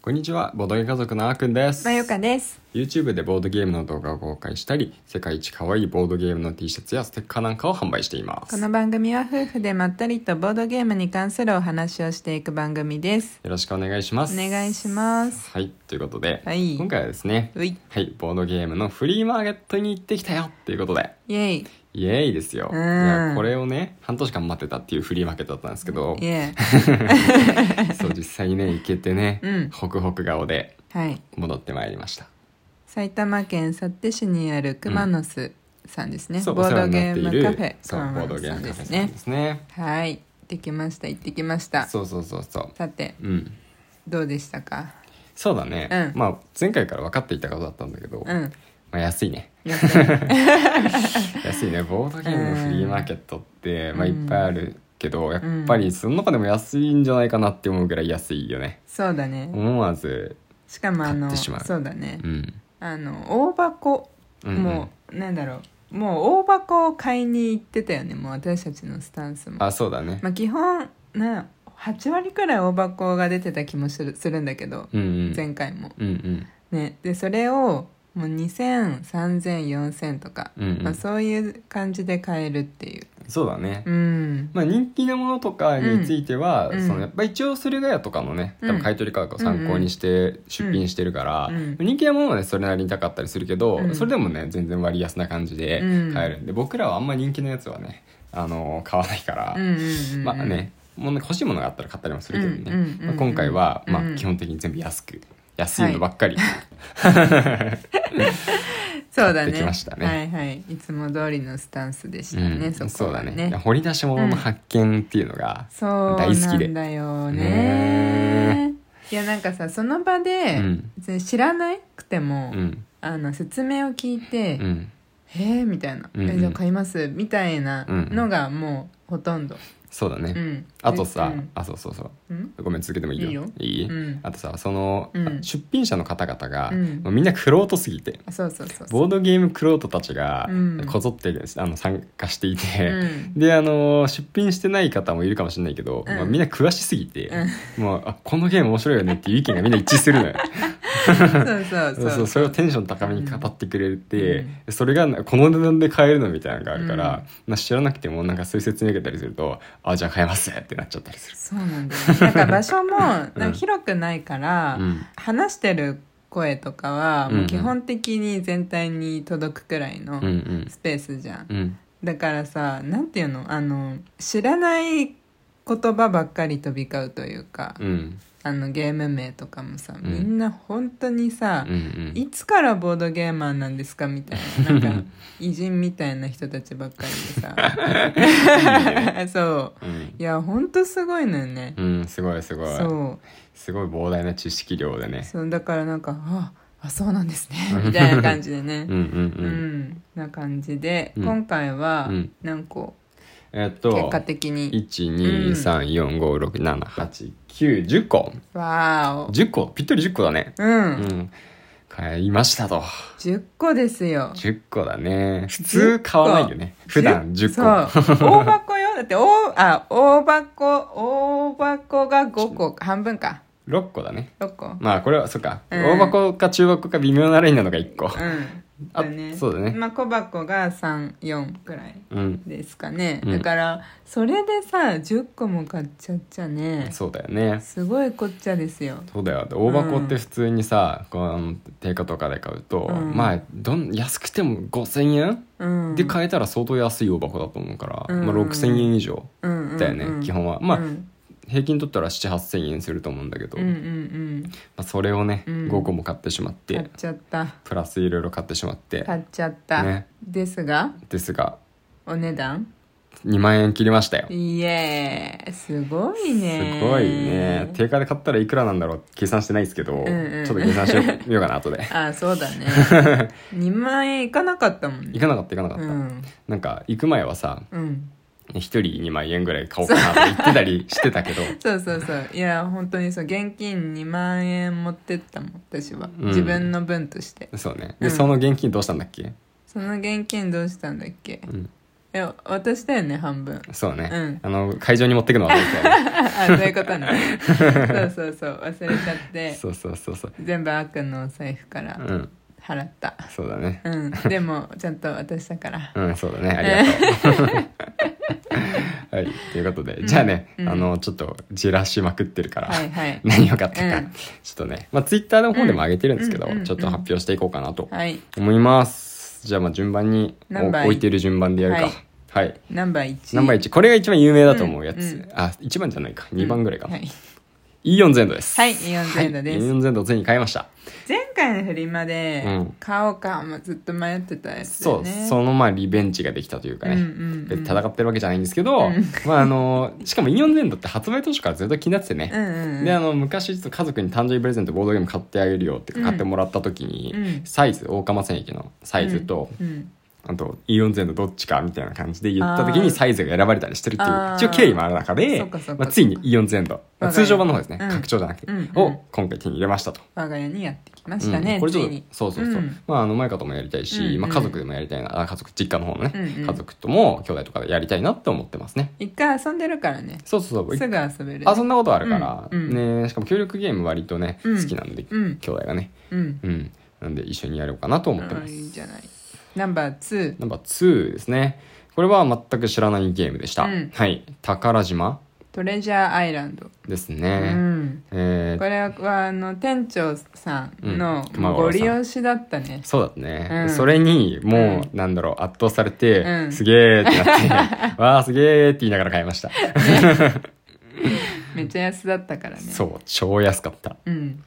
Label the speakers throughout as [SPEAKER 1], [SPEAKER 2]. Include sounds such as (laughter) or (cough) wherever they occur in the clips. [SPEAKER 1] こんにちは、ボードゲー家族のあーくんです。
[SPEAKER 2] まよかです
[SPEAKER 1] YouTube でボードゲームの動画を公開したり、世界一可愛いボードゲームの T シャツやステッカーなんかを販売していま
[SPEAKER 2] こ
[SPEAKER 1] す。よ
[SPEAKER 2] の番組は夫婦でまったりとボードゲームに関するお話をしていく番組です
[SPEAKER 1] ろしくお願いします。
[SPEAKER 2] お願いします
[SPEAKER 1] はい、ということで、
[SPEAKER 2] はい
[SPEAKER 1] 今回はですね、
[SPEAKER 2] うい
[SPEAKER 1] はい、ボードゲームのフリーマーケットに行ってきたよっていうことで、
[SPEAKER 2] イエイ
[SPEAKER 1] イエーイですよ。
[SPEAKER 2] うん
[SPEAKER 1] いやこれをね、半年間待ってたっていうフリーマーケットだったんですけど
[SPEAKER 2] イ、エ
[SPEAKER 1] そう、実際ね、行けてね、
[SPEAKER 2] うん
[SPEAKER 1] ホクホク顔で
[SPEAKER 2] イはい
[SPEAKER 1] 戻ってまいりました。
[SPEAKER 2] 埼玉県幸手市にある熊野巣さんですね、
[SPEAKER 1] そう
[SPEAKER 2] ボードゲー
[SPEAKER 1] お世話
[SPEAKER 2] ム
[SPEAKER 1] にな
[SPEAKER 2] カ
[SPEAKER 1] っ
[SPEAKER 2] フ
[SPEAKER 1] ている
[SPEAKER 2] ェ
[SPEAKER 1] そう、ボードゲームカフェ
[SPEAKER 2] さ
[SPEAKER 1] さ
[SPEAKER 2] ん
[SPEAKER 1] んですね。
[SPEAKER 2] はい行ってきました行ってきました
[SPEAKER 1] そうそうそうそう。
[SPEAKER 2] さて
[SPEAKER 1] うん。
[SPEAKER 2] どうでした
[SPEAKER 1] (laughs)
[SPEAKER 2] か
[SPEAKER 1] そうだね、
[SPEAKER 2] うん
[SPEAKER 1] まあ前回から分かっていたことだったんだけど、
[SPEAKER 2] う
[SPEAKER 1] ま
[SPEAKER 2] ん
[SPEAKER 1] あ、安いね (laughs)
[SPEAKER 2] よく
[SPEAKER 1] 安いねボードゲームのフリーマーケットって、まあ、いっぱいあるけど、やっぱりその中でも安いんじゃないかなって思うぐらい安いよね
[SPEAKER 2] そうだね
[SPEAKER 1] 思わず
[SPEAKER 2] しかもあ
[SPEAKER 1] 買
[SPEAKER 2] の
[SPEAKER 1] ってしまう
[SPEAKER 2] そうだね
[SPEAKER 1] うん
[SPEAKER 2] あの大箱
[SPEAKER 1] うんうん
[SPEAKER 2] もうなんだろうもう大箱を買いに行ってたよねもう私たちのスタンスも
[SPEAKER 1] あそうだね、
[SPEAKER 2] まあ、基本な8割くらい大箱が出てた気もするするんだけど、
[SPEAKER 1] うんうん
[SPEAKER 2] 前回も
[SPEAKER 1] うんうん
[SPEAKER 2] ねでそれをもう200030004000とか、
[SPEAKER 1] うんうん
[SPEAKER 2] まあ、そういう感じで買えるっていう
[SPEAKER 1] そうだね、
[SPEAKER 2] うん
[SPEAKER 1] まあ、人気のものとかについては、
[SPEAKER 2] うん
[SPEAKER 1] そのやっぱ一応駿河屋とかのね、
[SPEAKER 2] うん
[SPEAKER 1] 多分買い取り価格を参考にして出品してるから、
[SPEAKER 2] うん
[SPEAKER 1] 人気のものはねそれなりに高かったりするけど、
[SPEAKER 2] うん
[SPEAKER 1] それでもね全然割安な感じで
[SPEAKER 2] うん
[SPEAKER 1] 買えるんで、僕らはあんま人気のやつはね、あの買わないから、
[SPEAKER 2] うんうんうんうん
[SPEAKER 1] まあねもうね欲しいものがあったら買ったりもするけどね、
[SPEAKER 2] うんうんうんうん
[SPEAKER 1] まあ、今回は、ま
[SPEAKER 2] う
[SPEAKER 1] あ、
[SPEAKER 2] ん
[SPEAKER 1] 基本的に全部安く安いのばっかり、
[SPEAKER 2] そうだ
[SPEAKER 1] 買って
[SPEAKER 2] ね
[SPEAKER 1] きましたね
[SPEAKER 2] はいはいいつも通りのスタンスでしたね、
[SPEAKER 1] うん
[SPEAKER 2] そ
[SPEAKER 1] そ
[SPEAKER 2] こ
[SPEAKER 1] う
[SPEAKER 2] は
[SPEAKER 1] だ
[SPEAKER 2] ね
[SPEAKER 1] ねいや掘り出し物の発見っていうのが、
[SPEAKER 2] そう
[SPEAKER 1] 大好きで
[SPEAKER 2] なんだよ
[SPEAKER 1] ね
[SPEAKER 2] ねいやなんかさその場で、
[SPEAKER 1] うん
[SPEAKER 2] 別に知らなくても、
[SPEAKER 1] うん
[SPEAKER 2] あの説明を聞いて、
[SPEAKER 1] うん、
[SPEAKER 2] へえみたいな、
[SPEAKER 1] うんうん
[SPEAKER 2] えじゃあ買いますみたいな
[SPEAKER 1] うんうん
[SPEAKER 2] のがもうほとんど、
[SPEAKER 1] そうだね、
[SPEAKER 2] うん
[SPEAKER 1] あとさ、
[SPEAKER 2] うん
[SPEAKER 1] あそうそうそう
[SPEAKER 2] うん
[SPEAKER 1] ごめん続けてもいいよい
[SPEAKER 2] うん
[SPEAKER 1] あとさその、
[SPEAKER 2] うん
[SPEAKER 1] 出品者の方々が、
[SPEAKER 2] うん
[SPEAKER 1] もうみんなクロートすぎて
[SPEAKER 2] あそうそうそうそう
[SPEAKER 1] ボードゲームクロートたちが
[SPEAKER 2] うん
[SPEAKER 1] こぞって、あの参加していて、
[SPEAKER 2] うん
[SPEAKER 1] であの出品してない方もいるかもしれないけど、
[SPEAKER 2] うん
[SPEAKER 1] まあ、みんな詳しすぎて、もうあこのゲーム面白いよねっていう意見がみんな一致するのよ
[SPEAKER 2] そう (laughs) そう
[SPEAKER 1] そうそうそれをテンション高めに語ってくれて、
[SPEAKER 2] うん
[SPEAKER 1] それがこの値段で買えるのみたいなのがあるから、
[SPEAKER 2] うん
[SPEAKER 1] まあ、知らなくてもなんかそういう説明受けたりするとあじゃあ買えますってなっちゃったりする。
[SPEAKER 2] そうなんだよ、ね、なんか場所もなん
[SPEAKER 1] う
[SPEAKER 2] か
[SPEAKER 1] ん
[SPEAKER 2] 広くないから、
[SPEAKER 1] うん
[SPEAKER 2] 話してる声とかは
[SPEAKER 1] うんうん
[SPEAKER 2] もう基本的に全体に届くくらい
[SPEAKER 1] う
[SPEAKER 2] の
[SPEAKER 1] んうん
[SPEAKER 2] スペースじゃん、
[SPEAKER 1] うん
[SPEAKER 2] だからさなんていうのあの知らない言葉ばっかり飛び交うというか、
[SPEAKER 1] うん
[SPEAKER 2] あのゲーム名とかもさ
[SPEAKER 1] うん
[SPEAKER 2] みんな本当にさ、
[SPEAKER 1] うんうん
[SPEAKER 2] いつからボードゲーマーなんですかみたい
[SPEAKER 1] (laughs)
[SPEAKER 2] ななんか偉人みたいな人たちばっかりでさそう
[SPEAKER 1] うん
[SPEAKER 2] いや本当すごいのよね、
[SPEAKER 1] うん、すごいすごい
[SPEAKER 2] そ
[SPEAKER 1] すごい膨大な知識量で
[SPEAKER 2] う
[SPEAKER 1] ね
[SPEAKER 2] そうだからなんかああそうなんですねみたいな感じでね
[SPEAKER 1] うんうん
[SPEAKER 2] う、
[SPEAKER 1] うんん
[SPEAKER 2] な感じで、
[SPEAKER 1] うん
[SPEAKER 2] 今回は
[SPEAKER 1] うん
[SPEAKER 2] なんか
[SPEAKER 1] えっ
[SPEAKER 2] 結
[SPEAKER 1] と
[SPEAKER 2] 果的に、
[SPEAKER 1] 12345678910個
[SPEAKER 2] わー
[SPEAKER 1] 10個ぴったり10個だね
[SPEAKER 2] おう、
[SPEAKER 1] うんん買いましたと
[SPEAKER 2] 10個ですよ
[SPEAKER 1] 10個だね普通買わないよね普段
[SPEAKER 2] 十
[SPEAKER 1] 10個
[SPEAKER 2] そう大箱よだって大あ大箱大箱が5個半分か
[SPEAKER 1] 6個だね
[SPEAKER 2] 6個
[SPEAKER 1] まあこれはそっか
[SPEAKER 2] うん
[SPEAKER 1] 大箱か中箱か微妙なラインなのが1個
[SPEAKER 2] うん
[SPEAKER 1] あそうだね
[SPEAKER 2] まあ小箱が34くらい
[SPEAKER 1] うん
[SPEAKER 2] ですかね、
[SPEAKER 1] うん
[SPEAKER 2] だからそれでさ10個も買っちゃっちゃね
[SPEAKER 1] そうだよね
[SPEAKER 2] すごいこっちゃですよ
[SPEAKER 1] そうだよ大箱って普通にさ、こうあの定価とかで買うと、
[SPEAKER 2] うん
[SPEAKER 1] まあどん安くても5,000円、
[SPEAKER 2] うん
[SPEAKER 1] で買えたら相当安い大箱だと思うから、
[SPEAKER 2] うん
[SPEAKER 1] まあ、6,000円以上
[SPEAKER 2] うんうん
[SPEAKER 1] だよね、基本は
[SPEAKER 2] ま
[SPEAKER 1] まあ、
[SPEAKER 2] あうん
[SPEAKER 1] 平均取ったら7,8,000円すると思うんだけど、
[SPEAKER 2] うんうんうん
[SPEAKER 1] まあ、それをね、
[SPEAKER 2] うん
[SPEAKER 1] 5個も買ってしまって、
[SPEAKER 2] 買っちゃった
[SPEAKER 1] プラスいろいろ買ってしまって
[SPEAKER 2] 買っちゃった、
[SPEAKER 1] ね
[SPEAKER 2] ですが
[SPEAKER 1] ですが
[SPEAKER 2] お値段
[SPEAKER 1] 2万円切りましたよ。
[SPEAKER 2] いえすご
[SPEAKER 1] す
[SPEAKER 2] いね
[SPEAKER 1] ごいね定価で買ったらいくらなんだろう計算してないですけど、
[SPEAKER 2] んうん
[SPEAKER 1] ちょっと計算しようようかな後で
[SPEAKER 2] あそうだね
[SPEAKER 1] (laughs)
[SPEAKER 2] 2万円いかなかったもん
[SPEAKER 1] 行
[SPEAKER 2] ね
[SPEAKER 1] かなかった行かなかった、
[SPEAKER 2] うん
[SPEAKER 1] なんか行く前はさ
[SPEAKER 2] うん
[SPEAKER 1] 一人2万円ぐらい買おうかなって言ってたりしてたけど
[SPEAKER 2] そうそうそういや本当にそう現金2万円持ってったもん私は、
[SPEAKER 1] うん
[SPEAKER 2] 自分の分として
[SPEAKER 1] そうねで、
[SPEAKER 2] うん
[SPEAKER 1] その現金どうしたんだっけ
[SPEAKER 2] その現金どうしたんだっけ
[SPEAKER 1] うん
[SPEAKER 2] え私だよね
[SPEAKER 1] (laughs)
[SPEAKER 2] 半分
[SPEAKER 1] そうね、
[SPEAKER 2] うん
[SPEAKER 1] あの会場に持ってくの
[SPEAKER 2] (laughs)
[SPEAKER 1] は僕だね
[SPEAKER 2] あそういうことね
[SPEAKER 1] (laughs)
[SPEAKER 2] そうそうそう忘れちゃって
[SPEAKER 1] そうそうそうそう
[SPEAKER 2] 全部あっくんのお財布から
[SPEAKER 1] うん
[SPEAKER 2] 払った
[SPEAKER 1] そうだね
[SPEAKER 2] うんでもちゃんと私だ
[SPEAKER 1] (laughs)
[SPEAKER 2] から
[SPEAKER 1] うんそうだねありが
[SPEAKER 2] (laughs)
[SPEAKER 1] とうはいということで、じゃあね、
[SPEAKER 2] うん
[SPEAKER 1] あのちょっとじらしまくってるから、
[SPEAKER 2] はいはい
[SPEAKER 1] (laughs) 何良かったか、
[SPEAKER 2] うん
[SPEAKER 1] ちょっとねまあツイッターの方でも上げてるんですけど、
[SPEAKER 2] うんうんうんうん
[SPEAKER 1] ちょっと発表していこうかなと
[SPEAKER 2] はい
[SPEAKER 1] 思います、じゃあまあ順番に
[SPEAKER 2] 何番
[SPEAKER 1] お置いてる順番でやるか
[SPEAKER 2] は
[SPEAKER 1] はいい、
[SPEAKER 2] ナンバー1
[SPEAKER 1] ナンバー1これが一番有名だと思うやつ、
[SPEAKER 2] うんうん
[SPEAKER 1] あ一番じゃないか2番ぐらいかな、
[SPEAKER 2] はい
[SPEAKER 1] イオンゼンドです
[SPEAKER 2] はいイオンゼンドです
[SPEAKER 1] はいイオンゼンドをついに買いました
[SPEAKER 2] 前回のフリマで
[SPEAKER 1] うん
[SPEAKER 2] 買おうかもずっと迷ってたやつだ
[SPEAKER 1] そ
[SPEAKER 2] よ
[SPEAKER 1] う
[SPEAKER 2] ね
[SPEAKER 1] そのまあリベンジができたというかね、
[SPEAKER 2] うんうんうん
[SPEAKER 1] 別に戦ってるわけじゃないんですけど、
[SPEAKER 2] うん
[SPEAKER 1] まああのしかもイオンゼンドって発売当初からずっと気になっててね、
[SPEAKER 2] うんうんうん
[SPEAKER 1] であの昔ちょっと家族に誕生日プレゼントボードゲーム買ってあげるよってか
[SPEAKER 2] うん
[SPEAKER 1] 買ってもらった時に、
[SPEAKER 2] うん
[SPEAKER 1] サイズ大釜線駅のサイズと、
[SPEAKER 2] うん
[SPEAKER 1] あとイオンゼンドどっちかみたいな感じで言った時
[SPEAKER 2] あー
[SPEAKER 1] にサイズが選ばれたりしてるっていう
[SPEAKER 2] あー
[SPEAKER 1] 一応経緯もある中
[SPEAKER 2] そ
[SPEAKER 1] で
[SPEAKER 2] っかそっかそっか
[SPEAKER 1] まあ、ついにイオンゼンド、まあ
[SPEAKER 2] 我が家
[SPEAKER 1] 通常版の方ですね、
[SPEAKER 2] うん
[SPEAKER 1] 拡張じゃなくて、
[SPEAKER 2] うんうん
[SPEAKER 1] を今回手に入れましたと。
[SPEAKER 2] 我が家にやってきましたね、
[SPEAKER 1] うんこれちょっ
[SPEAKER 2] ついに
[SPEAKER 1] とそうそうそう、
[SPEAKER 2] ん
[SPEAKER 1] まああのマイカともやりたいし、
[SPEAKER 2] うんうん
[SPEAKER 1] まあ、家族でもやりたいなあ家族実家の方のね、
[SPEAKER 2] うんうん
[SPEAKER 1] 家族とも兄弟とかでやりたいなって思ってますね
[SPEAKER 2] 一回遊んでるからね
[SPEAKER 1] そうそうそう
[SPEAKER 2] すぐ遊べる
[SPEAKER 1] 遊んだことあるから、
[SPEAKER 2] うん
[SPEAKER 1] ねしかも協力ゲーム割とね、
[SPEAKER 2] うん
[SPEAKER 1] 好きなんで、
[SPEAKER 2] うん
[SPEAKER 1] 兄弟がね
[SPEAKER 2] うん
[SPEAKER 1] うんなんで一緒にやろうかなと思ってます、
[SPEAKER 2] うんいいじゃないナンバー2
[SPEAKER 1] ナンバー2ですねこれは全く知らないゲームでした、
[SPEAKER 2] うん
[SPEAKER 1] はい宝島
[SPEAKER 2] トレジャーアイランド、
[SPEAKER 1] です
[SPEAKER 2] う
[SPEAKER 1] ね、
[SPEAKER 2] ん、
[SPEAKER 1] え
[SPEAKER 2] こ
[SPEAKER 1] ー
[SPEAKER 2] れはあの店長さんの
[SPEAKER 1] うん熊五郎さん
[SPEAKER 2] ご利用しだったね、
[SPEAKER 1] そうだね、
[SPEAKER 2] うん
[SPEAKER 1] それにもう、なんだろう圧倒されて、
[SPEAKER 2] うん
[SPEAKER 1] すげーってなって
[SPEAKER 2] (laughs)
[SPEAKER 1] わーすげーって言いながら買いました
[SPEAKER 2] めっちゃ安だったからね
[SPEAKER 1] そう超安かった
[SPEAKER 2] う、ん、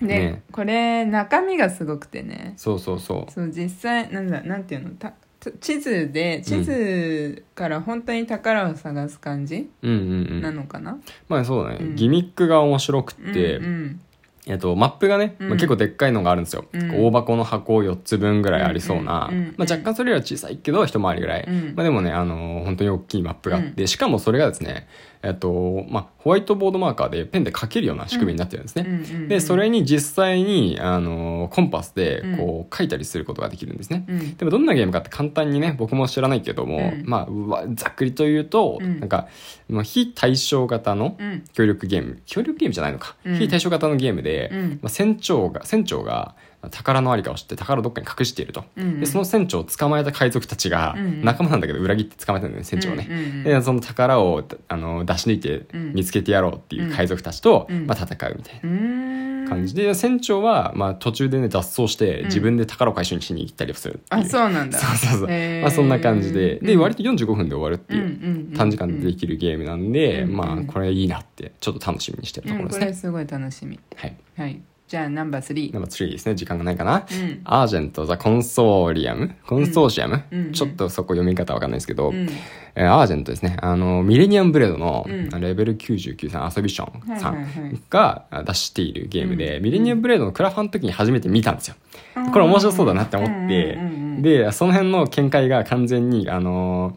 [SPEAKER 2] で、
[SPEAKER 1] ね
[SPEAKER 2] これ中身がすごくてね
[SPEAKER 1] そうそうそ
[SPEAKER 2] そう実際なんだなんていうのたた地図で地図から本当に宝を探す感じ、
[SPEAKER 1] ううんうんう
[SPEAKER 2] なんのかな、
[SPEAKER 1] まあそうだね、
[SPEAKER 2] うん
[SPEAKER 1] ギミックが面白くて、
[SPEAKER 2] うんうん
[SPEAKER 1] えっと、マップがね、
[SPEAKER 2] うん
[SPEAKER 1] まあ、結構でっかいのがあるんですよ、
[SPEAKER 2] うん
[SPEAKER 1] 大箱の箱4つ分ぐらいありそうな、
[SPEAKER 2] うんうんうん
[SPEAKER 1] まあ、若干それよりは小さいけど一回りぐらい、
[SPEAKER 2] うん
[SPEAKER 1] まあ、でもね、あのー本当に大きいマップがあって、しかもそれがですね、えっとまあ、ホワイトボードマーカーでペンで書けるような仕組みになってるんですね、
[SPEAKER 2] うんうんうん
[SPEAKER 1] でそれに実際に、あのーコンパスで
[SPEAKER 2] うん
[SPEAKER 1] こう書いたりすることができるんですね、
[SPEAKER 2] うん
[SPEAKER 1] でもどんなゲームかって簡単にね僕も知らないけども、
[SPEAKER 2] うん
[SPEAKER 1] まあうわざっくりと言うと、
[SPEAKER 2] うん
[SPEAKER 1] なんかまあ非対称型の
[SPEAKER 2] うん
[SPEAKER 1] 協力ゲーム協力ゲームじゃないのか、
[SPEAKER 2] うん
[SPEAKER 1] 非対称型のゲームで、
[SPEAKER 2] うん
[SPEAKER 1] まあ、船長が船長が宝のありかを知って宝をどっかに隠していると、
[SPEAKER 2] うんうん
[SPEAKER 1] でその船長を捕まえた海賊たちが
[SPEAKER 2] うんうん
[SPEAKER 1] 仲間なんだけど裏切って捕まえたんだよね船長をね、
[SPEAKER 2] うんうんうん
[SPEAKER 1] でその宝をあの出し抜いて
[SPEAKER 2] うん
[SPEAKER 1] 見つけてやろうっていう海賊たちと、
[SPEAKER 2] うん
[SPEAKER 1] まあ、戦うみたいな
[SPEAKER 2] うーん
[SPEAKER 1] 感じで船長は、まあ、途中でね脱走して
[SPEAKER 2] ん
[SPEAKER 1] 自分で宝を回収しに行ったりするってい
[SPEAKER 2] あそうなん
[SPEAKER 1] (laughs)
[SPEAKER 2] だ
[SPEAKER 1] そうそうそう、
[SPEAKER 2] へー
[SPEAKER 1] まあ、そんな感じでで
[SPEAKER 2] うん
[SPEAKER 1] 割と45分で終わるっていう、
[SPEAKER 2] うんうんうん
[SPEAKER 1] 短時間でできるゲームなんで、
[SPEAKER 2] うん
[SPEAKER 1] まあこれいいなってちょっと楽しみにしてるとこ
[SPEAKER 2] う
[SPEAKER 1] ろ
[SPEAKER 2] ん
[SPEAKER 1] で
[SPEAKER 2] こ
[SPEAKER 1] すね、
[SPEAKER 2] れすごい楽しみ
[SPEAKER 1] はい
[SPEAKER 2] はいじゃあナンバー3
[SPEAKER 1] ナンバー3ですね時間がないかな、
[SPEAKER 2] うん
[SPEAKER 1] アージェント・ザ・コンソーリアムコンソーシアム、
[SPEAKER 2] うんうん
[SPEAKER 1] ちょっとそこ読み方わかんないですけど、
[SPEAKER 2] うん
[SPEAKER 1] えーアージェントですねあのミレニアム・ブレードの
[SPEAKER 2] うん
[SPEAKER 1] レベル99さんアソビションさ
[SPEAKER 2] はいはいは
[SPEAKER 1] ん
[SPEAKER 2] い
[SPEAKER 1] があ出しているゲームで、
[SPEAKER 2] うん
[SPEAKER 1] ミレニアム・ブレードのクラファンの時に初めて見たんですよ、これ面白そうだなって思って、
[SPEAKER 2] うんうんうんうん
[SPEAKER 1] でその辺の見解が完全にあの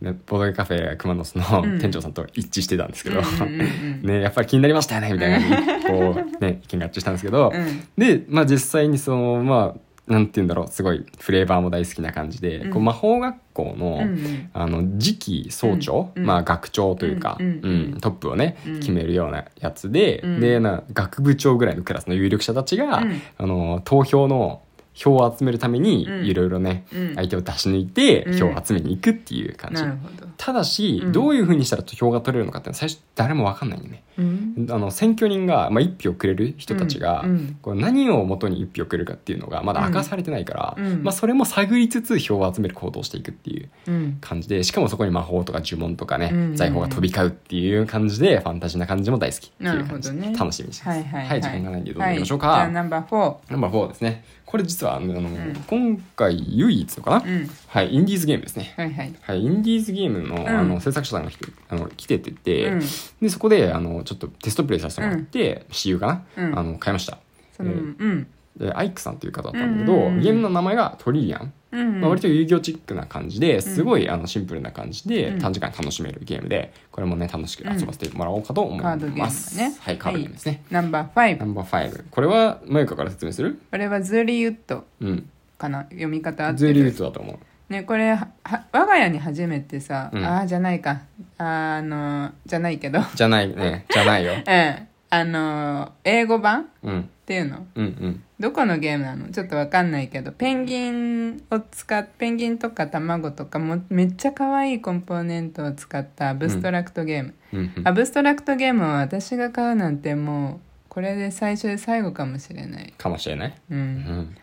[SPEAKER 1] ねボードゲカフェ熊野の
[SPEAKER 2] うん
[SPEAKER 1] 店長さんと一致してたんですけど、
[SPEAKER 2] うんうんうんうん
[SPEAKER 1] ね、やっぱり気になりましたよねみたいな
[SPEAKER 2] (laughs)
[SPEAKER 1] 感じでこう、ね、意見が合致したんですけど、
[SPEAKER 2] うん
[SPEAKER 1] で、まあ、実際にそのまあなんて言うんだろうすごいフレーバーも大好きな感じで、
[SPEAKER 2] うん
[SPEAKER 1] こう魔法学校の、
[SPEAKER 2] うんうん
[SPEAKER 1] あの次期総長、
[SPEAKER 2] うん
[SPEAKER 1] まあ、学長というか、
[SPEAKER 2] う
[SPEAKER 1] うんん
[SPEAKER 2] うん
[SPEAKER 1] トップをね、
[SPEAKER 2] うん
[SPEAKER 1] 決めるようなやつで、
[SPEAKER 2] うん
[SPEAKER 1] でな学部長ぐらいのクラスの有力者たちが、
[SPEAKER 2] うん
[SPEAKER 1] あの投票の票を集めるために
[SPEAKER 2] うん
[SPEAKER 1] いろいろね、
[SPEAKER 2] うん
[SPEAKER 1] 相手を出し抜いて
[SPEAKER 2] うん
[SPEAKER 1] 票を集めに行くっていう感じ、
[SPEAKER 2] なるほど
[SPEAKER 1] ただし、
[SPEAKER 2] うん
[SPEAKER 1] どういうふうにしたら票が取れるのかっていうのは最初誰も分かんないよね。
[SPEAKER 2] うん
[SPEAKER 1] あの選挙人が、まあ、1票くれる人たちが、
[SPEAKER 2] うんうん
[SPEAKER 1] こう何をもとに1票くれるかっていうのがまだ明かされてないから、
[SPEAKER 2] うんうん
[SPEAKER 1] まあ、それも探りつつ票を集める行動をしていくっていう
[SPEAKER 2] うん
[SPEAKER 1] 感じでしかもそこに魔法とか呪文とかね、
[SPEAKER 2] うんうんうん
[SPEAKER 1] 財宝が飛び交うっていう感じでファンタジーな感じも大好きっていう感じ
[SPEAKER 2] なるほどね
[SPEAKER 1] 楽しみにしてま
[SPEAKER 2] は
[SPEAKER 1] す、
[SPEAKER 2] いはい
[SPEAKER 1] 時間がないんでどうぞ
[SPEAKER 2] は
[SPEAKER 1] 行きましょうか、
[SPEAKER 2] じゃあナンバー4
[SPEAKER 1] ナンバー4ですねこれ実はあの、あの
[SPEAKER 2] ん
[SPEAKER 1] 今回唯一のかな、
[SPEAKER 2] うん
[SPEAKER 1] はいインディーズゲームですね
[SPEAKER 2] はいはい
[SPEAKER 1] はい、インディーズゲームの,、
[SPEAKER 2] ん
[SPEAKER 1] あの制作者さんが来てあの来ててて、
[SPEAKER 2] うん
[SPEAKER 1] でそこであのちょっとテストプレイさせてもらって、私有かな、
[SPEAKER 2] うん
[SPEAKER 1] あの買いました
[SPEAKER 2] そのう
[SPEAKER 1] えー
[SPEAKER 2] ん
[SPEAKER 1] でアイクさんという方だったんだけど、
[SPEAKER 2] うんうんうん
[SPEAKER 1] ゲームの名前がトリリアン、
[SPEAKER 2] うん
[SPEAKER 1] まあ、割と遊戯王チックな感じですごい、あのシンプルな感じで、
[SPEAKER 2] うん
[SPEAKER 1] 短時間楽しめるゲームでこれもね楽しく遊ばせてもらおうかと思い
[SPEAKER 2] カードゲーム
[SPEAKER 1] ま
[SPEAKER 2] だ
[SPEAKER 1] す、
[SPEAKER 2] ね
[SPEAKER 1] はいカードゲームですね、
[SPEAKER 2] ナンバー5
[SPEAKER 1] ナンバー5これはマユカから説明する
[SPEAKER 2] これはズーリーウッド
[SPEAKER 1] うん
[SPEAKER 2] かな読み方合って
[SPEAKER 1] ズー
[SPEAKER 2] る
[SPEAKER 1] リウッドだと思う
[SPEAKER 2] ねこれは我が家に初めてさ、
[SPEAKER 1] うん
[SPEAKER 2] ああじゃないかあのじゃないけど (laughs)
[SPEAKER 1] じゃないねじゃないよ
[SPEAKER 2] うんあの英語版っ
[SPEAKER 1] うん
[SPEAKER 2] ていうの
[SPEAKER 1] うんうん
[SPEAKER 2] どこのゲームなのちょっとわかんないけどペンギンを使っペンギンとか卵とかもめっちゃ可愛いコンポーネントを使ったアブストラクトゲーム、
[SPEAKER 1] うんうん
[SPEAKER 2] アブストラクトゲームは私が買うなんてもうこれで最初で最後かもしれない、
[SPEAKER 1] かもしれない、
[SPEAKER 2] う、
[SPEAKER 1] うんん、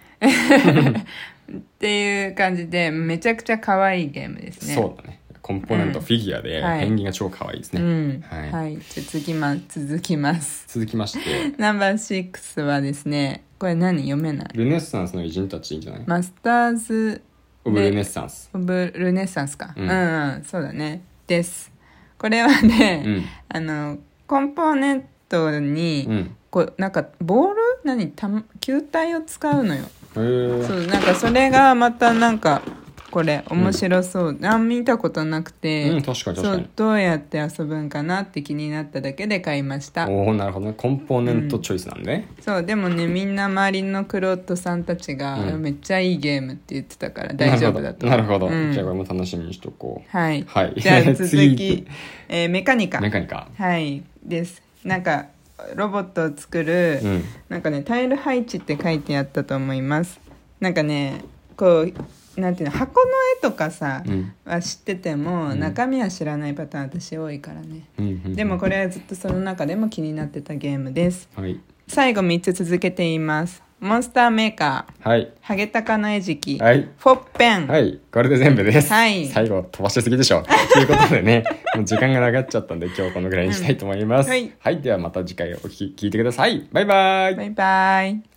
[SPEAKER 2] っていう感じでめちゃくちゃ可愛いゲームですね
[SPEAKER 1] そうだねコンポーネント、
[SPEAKER 2] うん
[SPEAKER 1] フィギュアで、
[SPEAKER 2] はい
[SPEAKER 1] ペンギンが超可愛いですね、
[SPEAKER 2] うん
[SPEAKER 1] はい
[SPEAKER 2] はい、じゃあ続きます続きます
[SPEAKER 1] 続きまして
[SPEAKER 2] ナンバー6はですねこれ何読めない
[SPEAKER 1] ルネッサンスの偉人たちいいんじゃない、
[SPEAKER 2] マスターズ・
[SPEAKER 1] オブルネッサンス
[SPEAKER 2] オブ・ルネッサンスか、
[SPEAKER 1] う
[SPEAKER 2] うんん、うんそうだねですこれはね、
[SPEAKER 1] うん
[SPEAKER 2] あのコンポーネントに、
[SPEAKER 1] うん
[SPEAKER 2] こうなんかボール何た球体を使うのよ
[SPEAKER 1] へー
[SPEAKER 2] そうなんかそれがまたなんかこれ面白そう、あん見たことなくて、
[SPEAKER 1] うん確かに確
[SPEAKER 2] そ
[SPEAKER 1] か
[SPEAKER 2] う
[SPEAKER 1] に
[SPEAKER 2] どうやって遊ぶんかなって気になっただけで買いました
[SPEAKER 1] おおなるほどねコンポーネントチョイスなんでね、
[SPEAKER 2] そうでもねみんな周りのクロットさんたちが、
[SPEAKER 1] うん
[SPEAKER 2] めっちゃいいゲームって言ってたから大丈夫だと
[SPEAKER 1] なるほど、なるほど
[SPEAKER 2] うん
[SPEAKER 1] じゃあこれも楽しみにしとこう
[SPEAKER 2] はい、
[SPEAKER 1] はい
[SPEAKER 2] じゃあ
[SPEAKER 1] (laughs)
[SPEAKER 2] 続
[SPEAKER 1] 次
[SPEAKER 2] き、えーメカニカ
[SPEAKER 1] メカニカ
[SPEAKER 2] はいですなんかロボットを作る、
[SPEAKER 1] うん
[SPEAKER 2] なんかねタイル配置って書いてあったと思いますなんかねこうなんていうの箱の絵とかさ、
[SPEAKER 1] うん
[SPEAKER 2] は知ってても、
[SPEAKER 1] うん
[SPEAKER 2] 中身は知らないパターン私多いからね、
[SPEAKER 1] うんうん
[SPEAKER 2] でもこれはずっとその中でも気になってたゲームです
[SPEAKER 1] はい
[SPEAKER 2] 最後3つ続けて言いますモンスターメーカー
[SPEAKER 1] はい
[SPEAKER 2] ハゲタカの餌食、
[SPEAKER 1] はい
[SPEAKER 2] フォッペン、
[SPEAKER 1] はいこれで全部です、
[SPEAKER 2] はい
[SPEAKER 1] 最後飛ばしすぎでしょということでねもう時間がなくなっちゃったんで今日このぐらいにしたいと思います、
[SPEAKER 2] うんはい
[SPEAKER 1] ではまた次回お聞き聞いてくださいバイバイ
[SPEAKER 2] バイバイ